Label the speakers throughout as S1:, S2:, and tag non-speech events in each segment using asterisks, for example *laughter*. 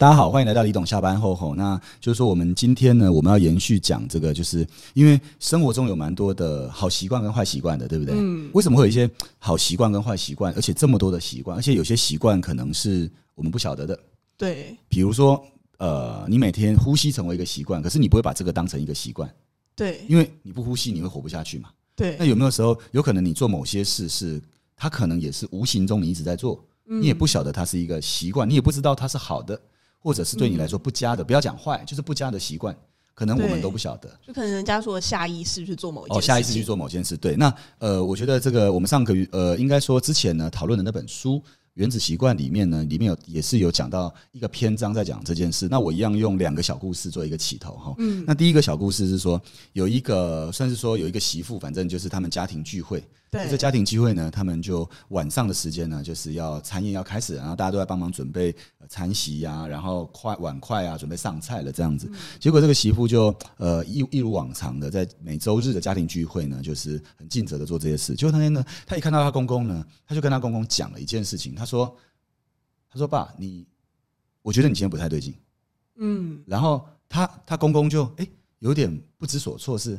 S1: 大家好，欢迎来到李董下班后吼。那就是说，我们今天呢，我们要延续讲这个，就是因为生活中有蛮多的好习惯跟坏习惯的，对不对？
S2: 嗯
S1: 为什么会有一些好习惯跟坏习惯，而且这么多的习惯，而且有些习惯可能是我们不晓得的，
S2: 对
S1: 比如说。呃，你每天呼吸成为一个习惯，可是你不会把这个当成一个习惯，
S2: 对
S1: 因为你不呼吸你会活不下去嘛。那
S2: 对，
S1: 有没有时候，有可能你做某些事是，它可能也是无形中你一直在做，你也不晓得它是一个习惯，你也不知道它是好的，或者是对你来说不佳的，不要讲坏，就是不佳的习惯，可能我们
S2: 对
S1: 都不晓得。
S2: 就可能人家说下意识去做某一件
S1: 哦，
S2: 事情，
S1: 下一次去做某件事，对。那呃，我觉得这个我们上个月呃，应该说之前呢讨论的那本书《原子习惯》里面呢，里面有也是有讲到一个篇章在讲这件事。那我一样用两个小故事做一个起头哈。嗯。那第一个小故事是说，有一个算是说有一个媳妇，反正就是他们家庭聚会，
S2: 对
S1: 这家庭聚会呢，他们就晚上的时间呢，就是要餐宴要开始了，然后大家都在帮忙准备呃餐席呀、然后筷碗筷啊，准备上菜了这样子。结果这个媳妇就呃一一如往常的，在每周日的家庭聚会呢，就是很尽责的做这些事。结果那天呢，她一看到她公公呢，她就跟她公公讲了一件事情，她说：“她说爸，你我觉得你今天不太对劲。”
S2: 嗯
S1: 然后她她公公就哎、有点不知所措是，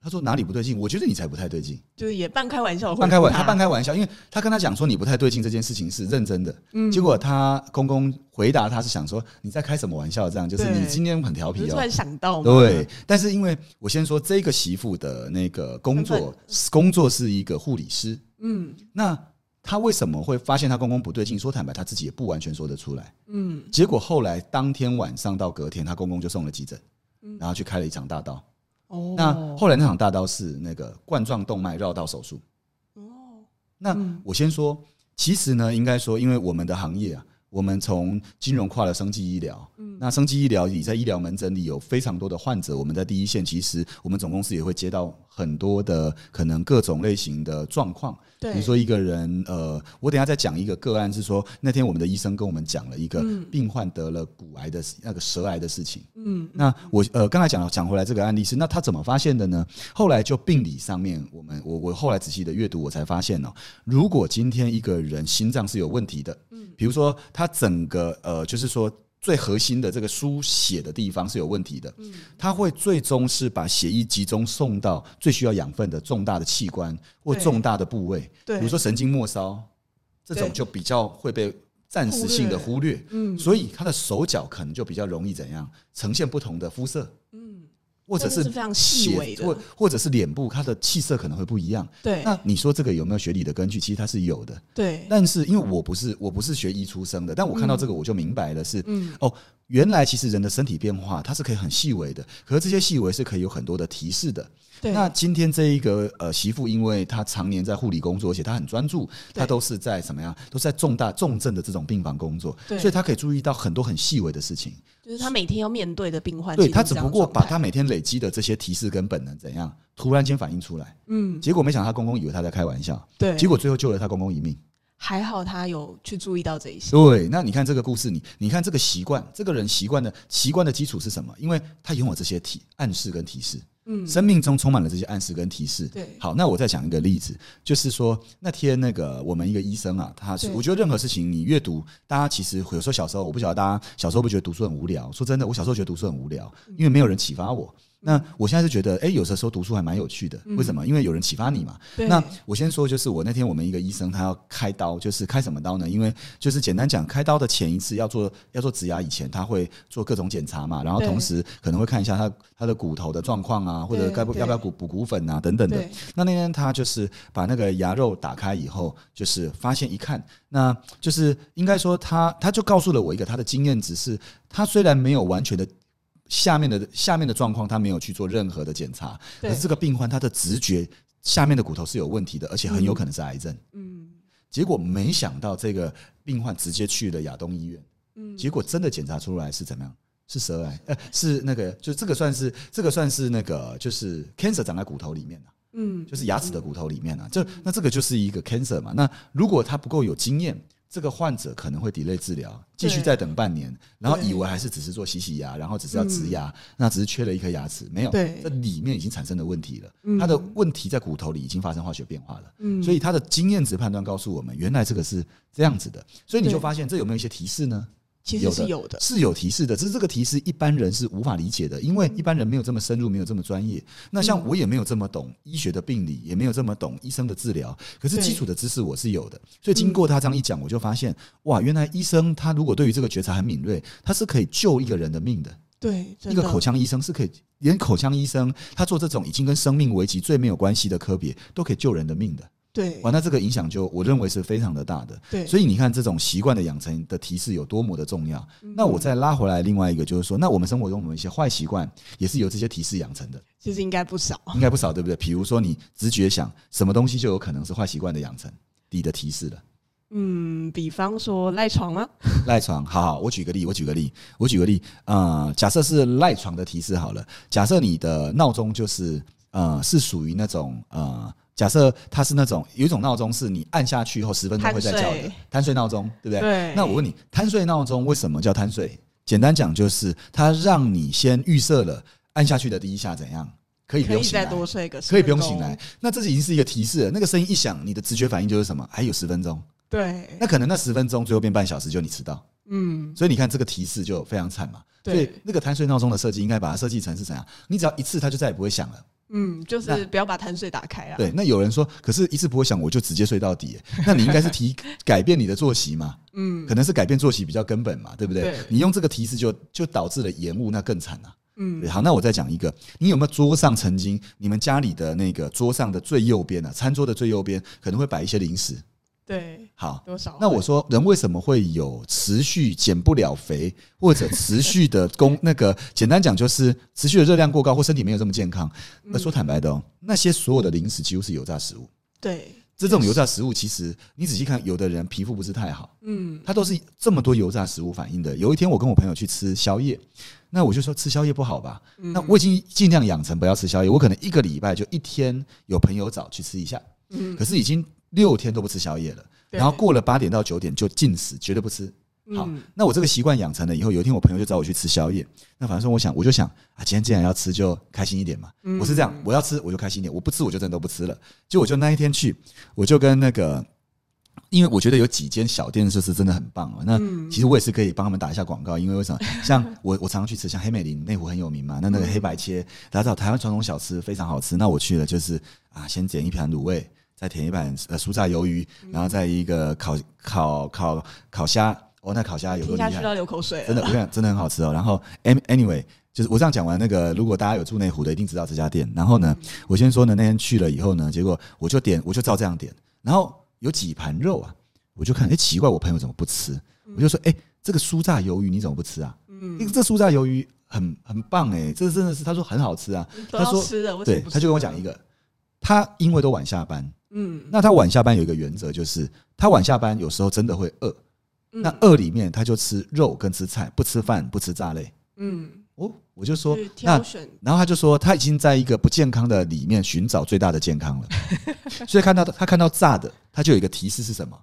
S1: 他说哪里不对劲？我觉得你才不太对劲。
S2: 就是也半开玩笑，
S1: *laughs* 半开玩他
S2: 他
S1: 半开玩笑，因为他跟他讲说你不太对劲这件事情是认真的，
S2: 嗯
S1: 结果他公公回答他是想说你在开什么玩笑？这样就是
S2: 对
S1: 你今天很调
S2: 我就
S1: 皮
S2: 突
S1: 哦
S2: 然。想到嘛，
S1: 对，但是因为我先说这个媳妇的那个工作，工作是一个护理师，
S2: 嗯
S1: 那她为什么会发现她公公不对劲？说坦白，她自己也不完全说得出来。
S2: 嗯
S1: 结果后来当天晚上到隔天，她公公就送了急诊
S2: 嗯，
S1: 然后去开了一场大刀。
S2: 哦，
S1: 那后来那场大刀是那个冠状动脉绕道手术。
S2: 哦
S1: 那
S2: 嗯
S1: 我先说，其实呢，应该说，因为我们的行业啊，我们从金融跨了生技医疗，
S2: 嗯
S1: 那生技医疗里在医疗门诊里有非常多的患者，我们在第一线，其实我们总公司也会接到很多的可能各种类型的状况，
S2: 对，
S1: 比如说一个人，呃，我等一下再讲一个个案，是说那天我们的医生跟我们讲了一个
S2: 嗯
S1: 病患得了骨癌的事那个舌癌的事情。
S2: 嗯
S1: 那我呃刚才讲了讲回来这个案例是，那他怎么发现的呢？后来就病理上面，我们我我后来仔细的阅读，我才发现哦，如果今天一个人心脏是有问题的，嗯，比如说他整个呃就是说。最核心的这个输血的地方是有问题的，他会最终是把血液集中送到最需要养分的重大的器官或
S2: 对
S1: 重大的部位，
S2: 对，
S1: 比如说神经末梢这种
S2: 对
S1: 就比较会被暂时性的忽略，
S2: 嗯
S1: 所以他的手脚可能就比较容易怎样呈现不同的肤色，
S2: 嗯，
S1: 或者
S2: 真的
S1: 是
S2: 是非常细
S1: 血
S2: 微
S1: 或
S2: 的，
S1: 或者是脸部它的气色可能会不一样。
S2: 对
S1: 那你说这个有没有学理的根据？其实它是有的，
S2: 对，
S1: 但是因为我不是我不是学医出身的，但我看到这个我就明白了是，
S2: 嗯
S1: 哦，原来其实人的身体变化它是可以很细微的，可是这些细微是可以有很多的提示的。
S2: 对
S1: 那今天这一个呃媳妇，因为她常年在护理工作，而且她很专注，
S2: 对
S1: 她都是在什么样，都是在重大重症的这种病房工作，
S2: 对
S1: 所以她可以注意到很多很细微的事情。
S2: 就是他每天要面对的病患，
S1: 对
S2: 他
S1: 她只不过把她每天累积的这些提示跟本能怎样，突然间反映出来，
S2: 嗯
S1: 结果没想到她公公以为她在开玩笑，
S2: 对，
S1: 结果最后救了她公公一命。
S2: 还好他有去注意到这一些，
S1: 对，那你看这个故事，你你看这个习惯，这个人习惯的习惯的基础是什么？因为他拥有这些提暗示跟提示，
S2: 嗯
S1: 生命中充满了这些暗示跟提示。
S2: 对
S1: 好，那我再讲一个例子，就是说那天那个我们一个医生啊，他是
S2: 对
S1: 我觉得任何事情你阅读，大家其实有时候小时候我不晓得大家小时候会不会觉得读书很无聊？说真的，我小时候觉得读书很无聊，
S2: 嗯
S1: 因为没有人启发我。那我现在是觉得，哎、有的时候读书还蛮有趣的。为什么？因为有人启发你嘛。
S2: 嗯对
S1: 那我先说，就是我那天我们一个医生，他要开刀，就是开什么刀呢？因为就是简单讲，开刀的前一次要做要做植牙以前，他会做各种检查嘛，然后
S2: 对
S1: 同时可能会看一下他他的骨头的状况啊，或者
S2: 对
S1: 该不
S2: 对
S1: 要不要补补骨粉啊等等的
S2: 对。
S1: 那那天他就是把那个牙肉打开以后，就是发现一看，那就是应该说他他就告诉了我一个他的经验值是，他虽然没有完全的。下面的下面的状况，他没有去做任何的检查，可
S2: 对
S1: 是这个病患他的直觉下面的骨头是有问题的，而且很有可能是癌症。
S2: 嗯
S1: 结果没想到这个病患直接去了亚东医院，
S2: 嗯
S1: 结果真的检查出来是怎么样？是舌癌，呃，是那个，就这个算是这个算是那个，就是 cancer 长在骨头里面、啊、
S2: 嗯
S1: 就是牙齿的骨头里面啊，就那这个就是一个 cancer 嘛。那如果他不够有经验，这个患者可能会 delay 治疗，继续
S2: 对
S1: 再等半年，然后
S2: 对嗯
S1: 以为还是只是做洗洗牙，然后只是要植牙，那只是缺了一颗牙齿，没有，
S2: 对
S1: 这里面已经产生了问题了。
S2: 嗯
S1: 他的问题在骨头里已经发生化学变化了，
S2: 嗯
S1: 所以他的经验值判断告诉我们，原来这个是这样子的。所以你就
S2: 对
S1: 发现这有没有一些提示呢？
S2: 其实是
S1: 有的
S2: 有的，
S1: 是有提示的，只是这个提示一般人是无法理解的，因为一般人没有这么深入，没有这么专业。那
S2: 嗯
S1: 像我也没有这么懂医学的病理，也没有这么懂医生的治疗，可是
S2: 对嗯
S1: 基础的知识我是有的。所以经过他这样一讲，我就发现，哇，原来医生他如果对于这个觉察很敏锐，他是可以救一个人的命的。
S2: 对，真
S1: 一个
S2: 的
S1: 口腔医生是可以，连口腔医生他做这种已经跟生命危及最没有关系的科别，都可以救人的命的。
S2: 对
S1: 哇，那这个影响就我认为是非常的大的。
S2: 对，
S1: 所以你看，这种习惯的养成的提示有多么的重要。
S2: 嗯
S1: 那我再拉回来，另外一个就是说，那我们生活中我们一些坏习惯也是由这些提示养成的，
S2: 其实应该不少，
S1: 应该不少，对不对？比如说你直觉想什么东西，就有可能是坏习惯的养成，你的提示
S2: *laughs*
S1: 了。
S2: 嗯，比方说赖床啊吗？
S1: 赖床，好好，我举个例，我举个例，我举个例，呃，假设是赖床的提示好了，假设你的闹钟就是呃是属于那种呃，假设它是那种有一种闹钟是你按下去以后十分钟会再叫
S2: 贪
S1: 的
S2: 睡
S1: 贪睡闹钟，对不对？
S2: 对，
S1: 那我问你，贪睡闹钟为什么叫贪睡？简单讲就是它让你先预设了按下去的第一下怎样，可以不
S2: 可以
S1: 用醒
S2: 再
S1: 来。
S2: 多睡个，
S1: 可以不用醒来，，那这已经是一个提示了。那个声音一响，你的直觉反应就是什么？还有十分钟，
S2: 对，
S1: 那可能那十分钟最后变半小时，就你迟到。
S2: 嗯，
S1: 所以你看这个提示就非常惨嘛。所
S2: 对
S1: 以那个贪睡闹钟的设计应该把它设计成是怎样？你只要一次它就再也不会响了。
S2: 嗯，就
S1: 那
S2: 是不要把贪睡打开啊啦。
S1: 对，那有人说，可是一次不会响，我就直接睡到底。那你应该是提改变你的作息嘛？
S2: 嗯
S1: 可能是改变作息比较根本嘛，对不对？
S2: 对
S1: 你用这个提示就就导致了延误，那更惨啊。对
S2: 嗯，
S1: 好，那我再讲一个，你有没有桌上曾经你们家里的那个桌上的最右边啊，餐桌的最右边可能会摆一些零食？
S2: 对，
S1: 好，
S2: 多少会？啊
S1: 那我说，人为什么会有持续减不了肥，或者持续
S2: *laughs*
S1: 的供那个？简单讲就是持续的热量过高，或身体没有这么健康。
S2: 嗯
S1: 那说坦白的哦，那些所有的零食几乎是油炸食物。
S2: 对，
S1: 这种油炸食物，其实你仔细看，有的人皮肤不是太好，
S2: 嗯，
S1: 它都是这么多油炸食物反应的。有一天，我跟我朋友去吃宵夜，那我就说吃宵夜不好吧？
S2: 嗯
S1: 那我已经尽量养成不要吃宵夜，我可能一个礼拜就一天有朋友找去吃一下，
S2: 嗯
S1: 可是已经六天都不吃宵夜了。
S2: 对
S1: 然后过了八点到九点就禁食，绝对不吃。好
S2: 嗯，
S1: 那我这个习惯养成了以后，有一天我朋友就找我去吃宵夜，那反正我想，我就想啊，今天既然要吃，就开心一点嘛。
S2: 嗯
S1: 我是这样，我要吃我就开心一点，我不吃我就真的都不吃了。就我就那一天去，我就跟那个，因为我觉得有几间小店就是真的很棒哦。那
S2: 嗯
S1: 其实我也是可以帮他们打一下广告，因为为
S2: *laughs*
S1: 什么？像我我常常去吃，像黑美林内湖很有名嘛，那那
S2: 嗯
S1: 个黑白切，大家知道台湾传统小吃非常好吃。那我去了就是啊，先点一盘卤味，再点一盘呃酥炸鱿鱼，
S2: 嗯
S1: 然后再一个烤烤烤烤虾。哦，那烤虾有多
S2: 听
S1: 厉害
S2: 下去？都要流口水
S1: 真的，
S2: 了。
S1: 我跟你讲，真的很好吃哦。然后，an-，anyway，就是我这样讲完那个，如果大家有住内湖的，一定知道这家店。然后
S2: 嗯
S1: 呢，我先说呢，那天去了以后呢，结果我就点，我就照这样点。然后有几盘肉啊，我就看，哎，奇怪，我朋友怎么不吃？
S2: 嗯
S1: 我就说，哎，这个酥炸鱿鱼你怎么不吃啊？嗯，这酥炸鱿鱼很很棒哎，这真的是他说很好吃啊。
S2: 都
S1: 他
S2: 要
S1: 说
S2: 吃的，为什
S1: 对
S2: 么，不
S1: 他就跟我
S2: 吃
S1: 讲
S2: 呢
S1: 一，个，他因为都晚下班，
S2: 嗯，
S1: 那他晚下班有一个原则，就是他晚下班有时候真的会饿，
S2: 嗯
S1: 那饿里面他就吃肉跟吃菜，不吃饭不吃炸类。
S2: 嗯，
S1: 哦，我就说
S2: 去
S1: 那
S2: 挑，选，
S1: 然后他就说他已经在一个不健康的里面寻找最大的健康
S2: *laughs*
S1: 了，所以看到他看到炸的，他就有一个提示是什么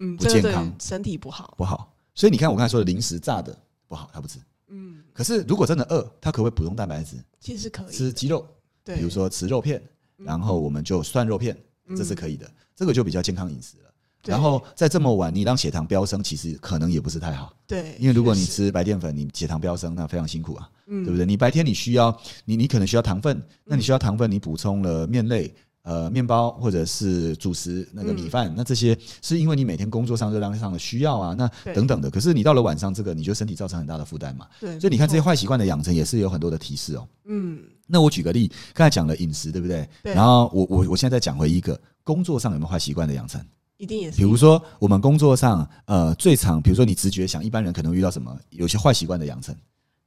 S2: 嗯，
S1: 不
S2: 这个
S1: 健
S2: 对
S1: 康
S2: 身体不好，
S1: 不好。所以你看我刚才说的零食炸的不好，他不吃。
S2: 嗯，
S1: 可是如果真的饿，他可不可以补充蛋白质，
S2: 其实可以
S1: 吃
S2: 的，
S1: 鸡肉，
S2: 对，嗯
S1: 比如说吃肉片，然后我们就涮肉片，这是可以的，这个就比较健康饮食了。
S2: 对
S1: 然后在这么晚，你让血糖飙升，其实可能也不是太好，
S2: 对，
S1: 因为如果你
S2: 确实
S1: 吃白淀粉，你血糖飙升，那非常辛苦啊。
S2: 嗯
S1: 对不对？你白天你需要你你可能需要糖分，那你需要糖分，你补充了面类。呃，面包或者是主食那个
S2: 嗯
S1: 米饭，那这些是因为你每天工作上热量上的需要啊，那
S2: 对
S1: 等等的。可是你到了晚上，这个你就身体造成很大的负担嘛。
S2: 对，
S1: 所以你看
S2: 没
S1: 这些
S2: 错，
S1: 坏习惯的养成也是有很多的提示哦。
S2: 嗯，
S1: 那我举个例，刚才讲了饮食，对不对？
S2: 对
S1: 然后我我我现在再讲回一个工作上有没有坏习惯的养成？
S2: 一定也是，
S1: 比如，说我们工作上，呃，最常比如说你直觉想，一般人可能遇到什么有些坏习惯的养成，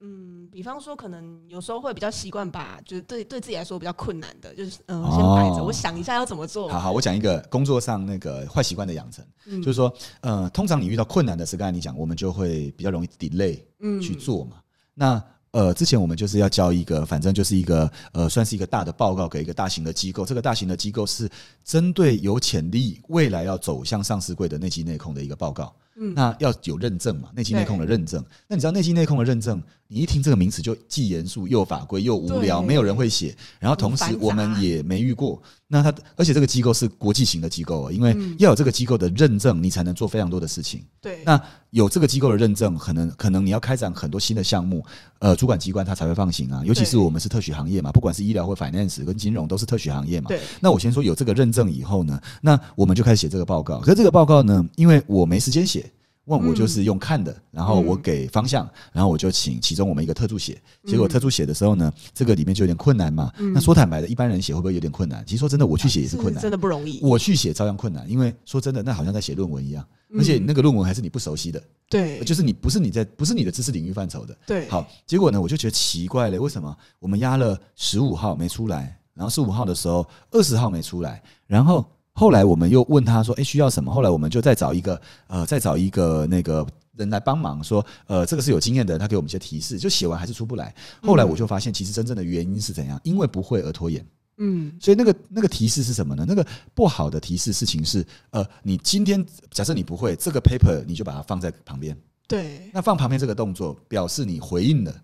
S2: 嗯，比方说，可能有时候会比较习惯把，就是对对自己来说比较困难的，就是嗯，先摆着，
S1: 哦
S2: 我想一下要怎么做，
S1: 好好，我讲一个工作上那个坏习惯的养成，
S2: 嗯
S1: 就是说，呃，通常你遇到困难的事，刚才你讲，我们就会比较容易 delay
S2: 嗯，
S1: 去做嘛。那呃，之前我们就是要交一个，反正就是一个呃，算是一个大的报告给一个大型的机构。这个大型的机构是针对有潜力未来要走向上市柜的内机内控的一个报告。
S2: 嗯
S1: 那要有认证嘛，内气内控的认证。那你知道内气内控的认证，你一听这个名词就既严肃又法规又无聊，
S2: 对
S1: 没有人会写。然后同时
S2: 很繁杂
S1: 我们也没遇过。那它而且这个机构是国际型的机构哦，因为
S2: 嗯
S1: 要有这个机构的认证，你才能做非常多的事情。
S2: 对，
S1: 那有这个机构的认证，可能可能你要开展很多新的项目，呃，主管机关它才会放行啊。尤其是我们是特许行业嘛，不管是医疗或 finance 跟金融都是特许行业嘛。
S2: 对，
S1: 那我先说有这个认证以后呢，那我们就开始写这个报告。可是这个报告呢，因为我没时间写。问我就是用看
S2: 嗯
S1: 的，然后我给方向，然后我就请其中我们一个特助写。
S2: 嗯
S1: 结果特助写的时候呢，这个里面就有点困难嘛。那说坦白的，一般人写会不会有点困难？其实说真的，我去写也是困难
S2: 真。的不容易。
S1: 我去写照样困难，因为说真的，那好像在写论文一样，
S2: 嗯
S1: 而且那个论文还是你不熟悉的，
S2: 对
S1: 就是你不是你在不是你的知识领域范畴的。
S2: 对，
S1: 好，结果呢，我就觉得奇怪了，为什么我们压了十五号没出来，然后十五号的时候二十号没出来，然后后来我们又问他说，哎、需要什么？后来我们就再找一个呃，再找一个那个。人来帮忙说，呃，这个是有经验的人，他给我们一些提示，就写完还是出不来。后来我就发现，其实真正的原因是怎样？因为不会而拖延。
S2: 嗯
S1: 所以那个那个提示是什么呢？那个不好的提示事情是，呃，你今天假设你不会这个 paper，你就把它放在旁边。
S2: 对
S1: 那放旁边这个动作表示你回应了，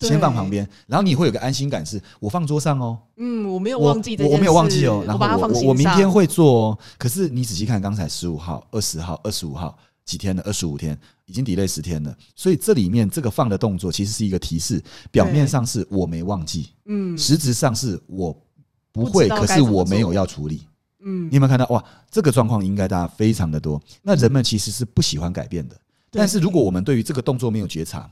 S2: 对
S1: 先放旁边，然后你会有个安心感是，我放桌上哦，
S2: 嗯，我没有
S1: 我
S2: 忘记这件事，
S1: 我没有忘记哦，然后
S2: 把它
S1: 我
S2: 放
S1: 我
S2: 心
S1: 我明
S2: 上嗯
S1: 天会做哦。可是你仔细看，刚才十五号、二十号、二十五号几天了，二十五天已经 delay 十天了，所以这里面这个放的动作其实是一个提示，表面上是我没忘记，
S2: 嗯
S1: 实质上是我不会，
S2: 不知道
S1: 可
S2: 该
S1: 是
S2: 怎么
S1: 我没有
S2: 做
S1: 要处理。
S2: 嗯嗯
S1: 你有没有看到哇？这个状况应该大家非常的多。那人们其实是不喜欢改变的，
S2: 对
S1: 但是如果我们对于这个动作没有觉察，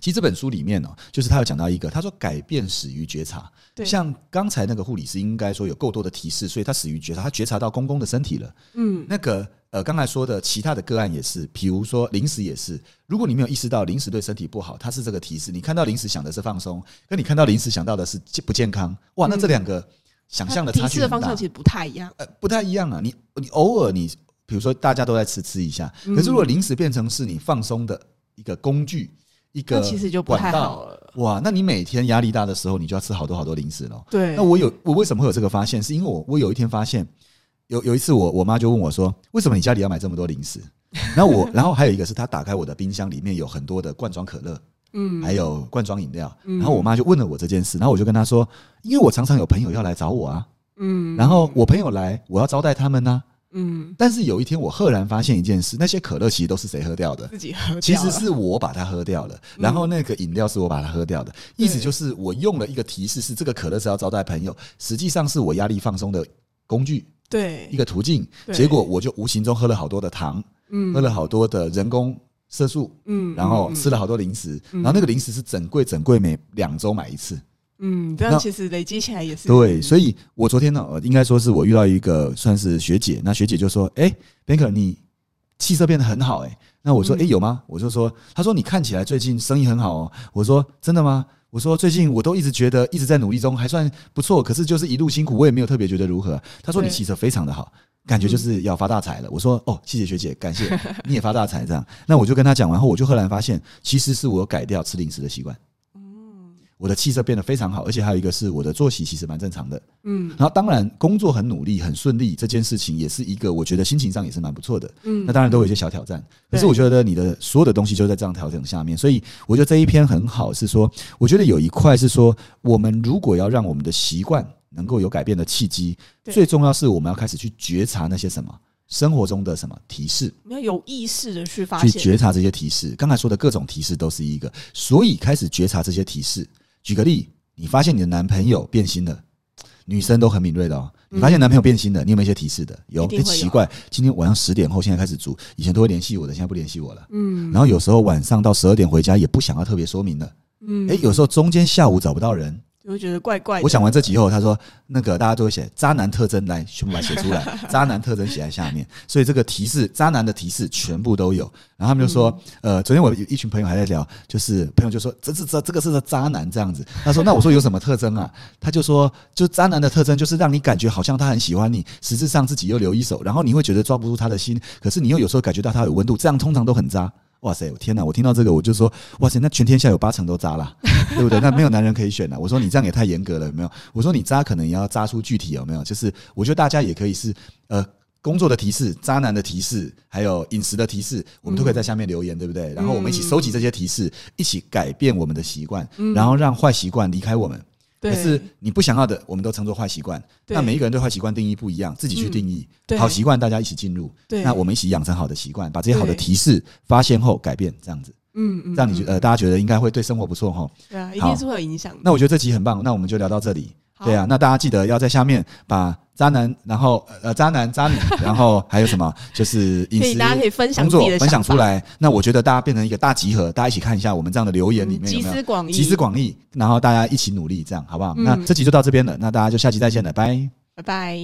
S1: 其实这本书里面呢、哦就是他有讲到一个，他说改变始于觉察。
S2: 对
S1: 像刚才那个护理师应该说有够多的提示，所以他始于觉察，他觉察到公公的身体了。
S2: 嗯
S1: 那个呃，刚才说的其他的个案也是，比如说零食也是，如果你没有意识到零食对身体不好，它是这个提示。你看到零食想的是放松，跟你看到零食想到的是健不健康，哇，那这两个想象的
S2: 它
S1: 差
S2: 嗯提
S1: 距
S2: 示
S1: 很
S2: 的
S1: 大。
S2: 方向其实不太一样，
S1: 呃，不太一样啊。你你偶尔你，比如说大家都在吃吃一下，
S2: 嗯
S1: 可是如果零食变成是你放松的一个工具，一
S2: 那
S1: 个
S2: 其实就不
S1: 管
S2: 太好
S1: 道，
S2: 了。
S1: 哇，那你每天压力大的时候，你就要吃好多好多零食咯。
S2: 对，
S1: 那我有我为什么会有这个发现？是因为我我有一天发现，有有一次我我妈就问我说，为什么你家里要买这么多零
S2: *laughs*
S1: 食？然后我，然后还有一个是她打开我的冰箱，里面有很多的罐装可乐，
S2: 嗯
S1: 还有罐装饮料。
S2: 嗯
S1: 然后我妈就问了我这件事，然后我就跟她说，因为我常常有朋友要来找我啊，
S2: 嗯
S1: 然后我朋友来，我要招待他们呢、
S2: 嗯
S1: 但是有一天，我赫然发现一件事：那些可乐其实都是谁喝掉的？
S2: 自己喝掉
S1: 其实
S2: 了嗯
S1: 是我把它喝掉了，然后那个饮料是我把它喝掉的。意思就是我用了一个提示，是这个可乐是要招待朋友，实际上是我压力放松的工具，一
S2: 对，
S1: 个途径。
S2: 对
S1: 结果我就无形中喝了好多的糖，
S2: 嗯
S1: 喝了好多的人工色素，
S2: 嗯
S1: 然后
S2: 嗯
S1: 吃了好多零食，
S2: 嗯
S1: 然后那个零食是整柜整柜每两周买一次。
S2: 嗯，这
S1: 那
S2: 样其实累积起来也是
S1: 对，所以我昨天呢，呃应该说是我遇到一个算是学姐，那学姐就说：“哎、b e n k e r 你气色变得很好、诶哎，那我说：“哎、
S2: 嗯
S1: 有吗？”我就说：“她说你看起来最近生意很好哦。”我说：“真的吗？”我说：“最近我都一直觉得一直在努力中，还算不错，可是就是一路辛苦，我也没有特别觉得如何。”她说：“你
S2: 对
S1: 气色非常的好。”感觉就是要发大财了。我说哦，谢谢学姐，感谢
S2: *laughs*
S1: 你也发大财这样。那我就跟她讲完后，我就赫然发现，其实是我改掉吃零食的习惯，
S2: 嗯
S1: 我的气色变得非常好，而且还有一个是我的作息其实蛮正常的。
S2: 嗯
S1: 然后当然工作很努力、很顺利，这件事情也是一个我觉得心情上也是蛮不错的。
S2: 嗯
S1: 那当然都有一些小挑战，可是
S2: 对
S1: 我觉得你的所有的东西就在这样调整下面，所以我觉得这一篇很好，是说我觉得有一块是说，我们如果要让我们的习惯能够有改变的契机，
S2: 对
S1: 最重要是我们要开始去觉察那些什么生活中的什么提示。
S2: 你要有意识的去发
S1: 去
S2: 现，
S1: 觉察这些提示。刚才说的各种提示都是一个，所以开始觉察这些提示。举个例，你发现你的男朋友变心了，女生都很敏锐的哦。你发现男朋友变心了，你有没有一些提示的？有，
S2: 嗯一定
S1: 诶
S2: 会有
S1: 奇怪，今天晚上十点后现在开始煮，以前都会联系我的，现在不联系我了。
S2: 嗯
S1: 然后有时候晚上到十二点回家也不想要特别说明了。
S2: 嗯，
S1: 诶，有时候中间下午找不到人，
S2: 就会觉得怪怪的。
S1: 我讲完这集后，他说那个大家都会写渣男特征来，全部把它写出来，
S2: *laughs*
S1: 渣男特征写在下面，所以这个提示渣男的提示全部都有。然后他们就说，
S2: 嗯
S1: 呃，昨天我有一群朋友还在聊，就是朋友就说这是这这个是个渣男这样子。他说那我说有什么特征啊？他就说就渣男的特征就是让你感觉好像他很喜欢你，实质上自己又留一手，然后你会觉得抓不住他的心，可是你又有时候感觉到他有温度，这样通常都很渣。哇塞！我天哪！我听到这个，我就说，哇塞，那全天下有八成都渣
S2: *laughs*
S1: 啦，对不对？那没有男人可以选啊了。我说你这样也太严格了，有没有？我说你渣可能也要渣出具体，有没有？就是我觉得大家也可以是，呃，工作的提示、渣男的提示，还有饮食的提示，我们都可以在下面留言，对不
S2: 嗯
S1: 对？然后我们一起收集这些提示，一起改变我们的习惯，然后让坏习惯离开我们。
S2: 嗯对，
S1: 可是你不想要的，我们都称作坏习惯。
S2: 对嗯
S1: 那每一个人对坏习惯定义不一样，自己去定义。
S2: 对
S1: 好习惯大家一起进入，
S2: 对，
S1: 那我们一起养成好的习惯，把这些好的
S2: 嗯对
S1: 提示发现后改变，这样子，
S2: 嗯嗯，
S1: 让你觉
S2: 嗯
S1: 呃大家觉得应该会对生活不错哈。
S2: 对啊，一
S1: 好
S2: 定是会有影响的。
S1: 那我觉得这集很棒，那我们就聊到这里。
S2: 好
S1: 对啊，，那大家记得要在下面把渣男，然后呃渣男
S2: *laughs*
S1: 渣女，然后还有什么就是饮
S2: 可以
S1: 食。
S2: 大家可以分享
S1: 工
S2: 自
S1: 作
S2: 己的
S1: 分享出
S2: 法，
S1: 来，那我觉得大家变成一个大集合，大家一起看一下我们这样的留言里
S2: 嗯
S1: 面有
S2: 集
S1: 没
S2: 思
S1: 有
S2: 广益，
S1: 集思广益，然后大家一起努力，这样好不好？
S2: 嗯
S1: 那这集就到这边了，那大家就下集再见了，拜。
S2: 拜拜。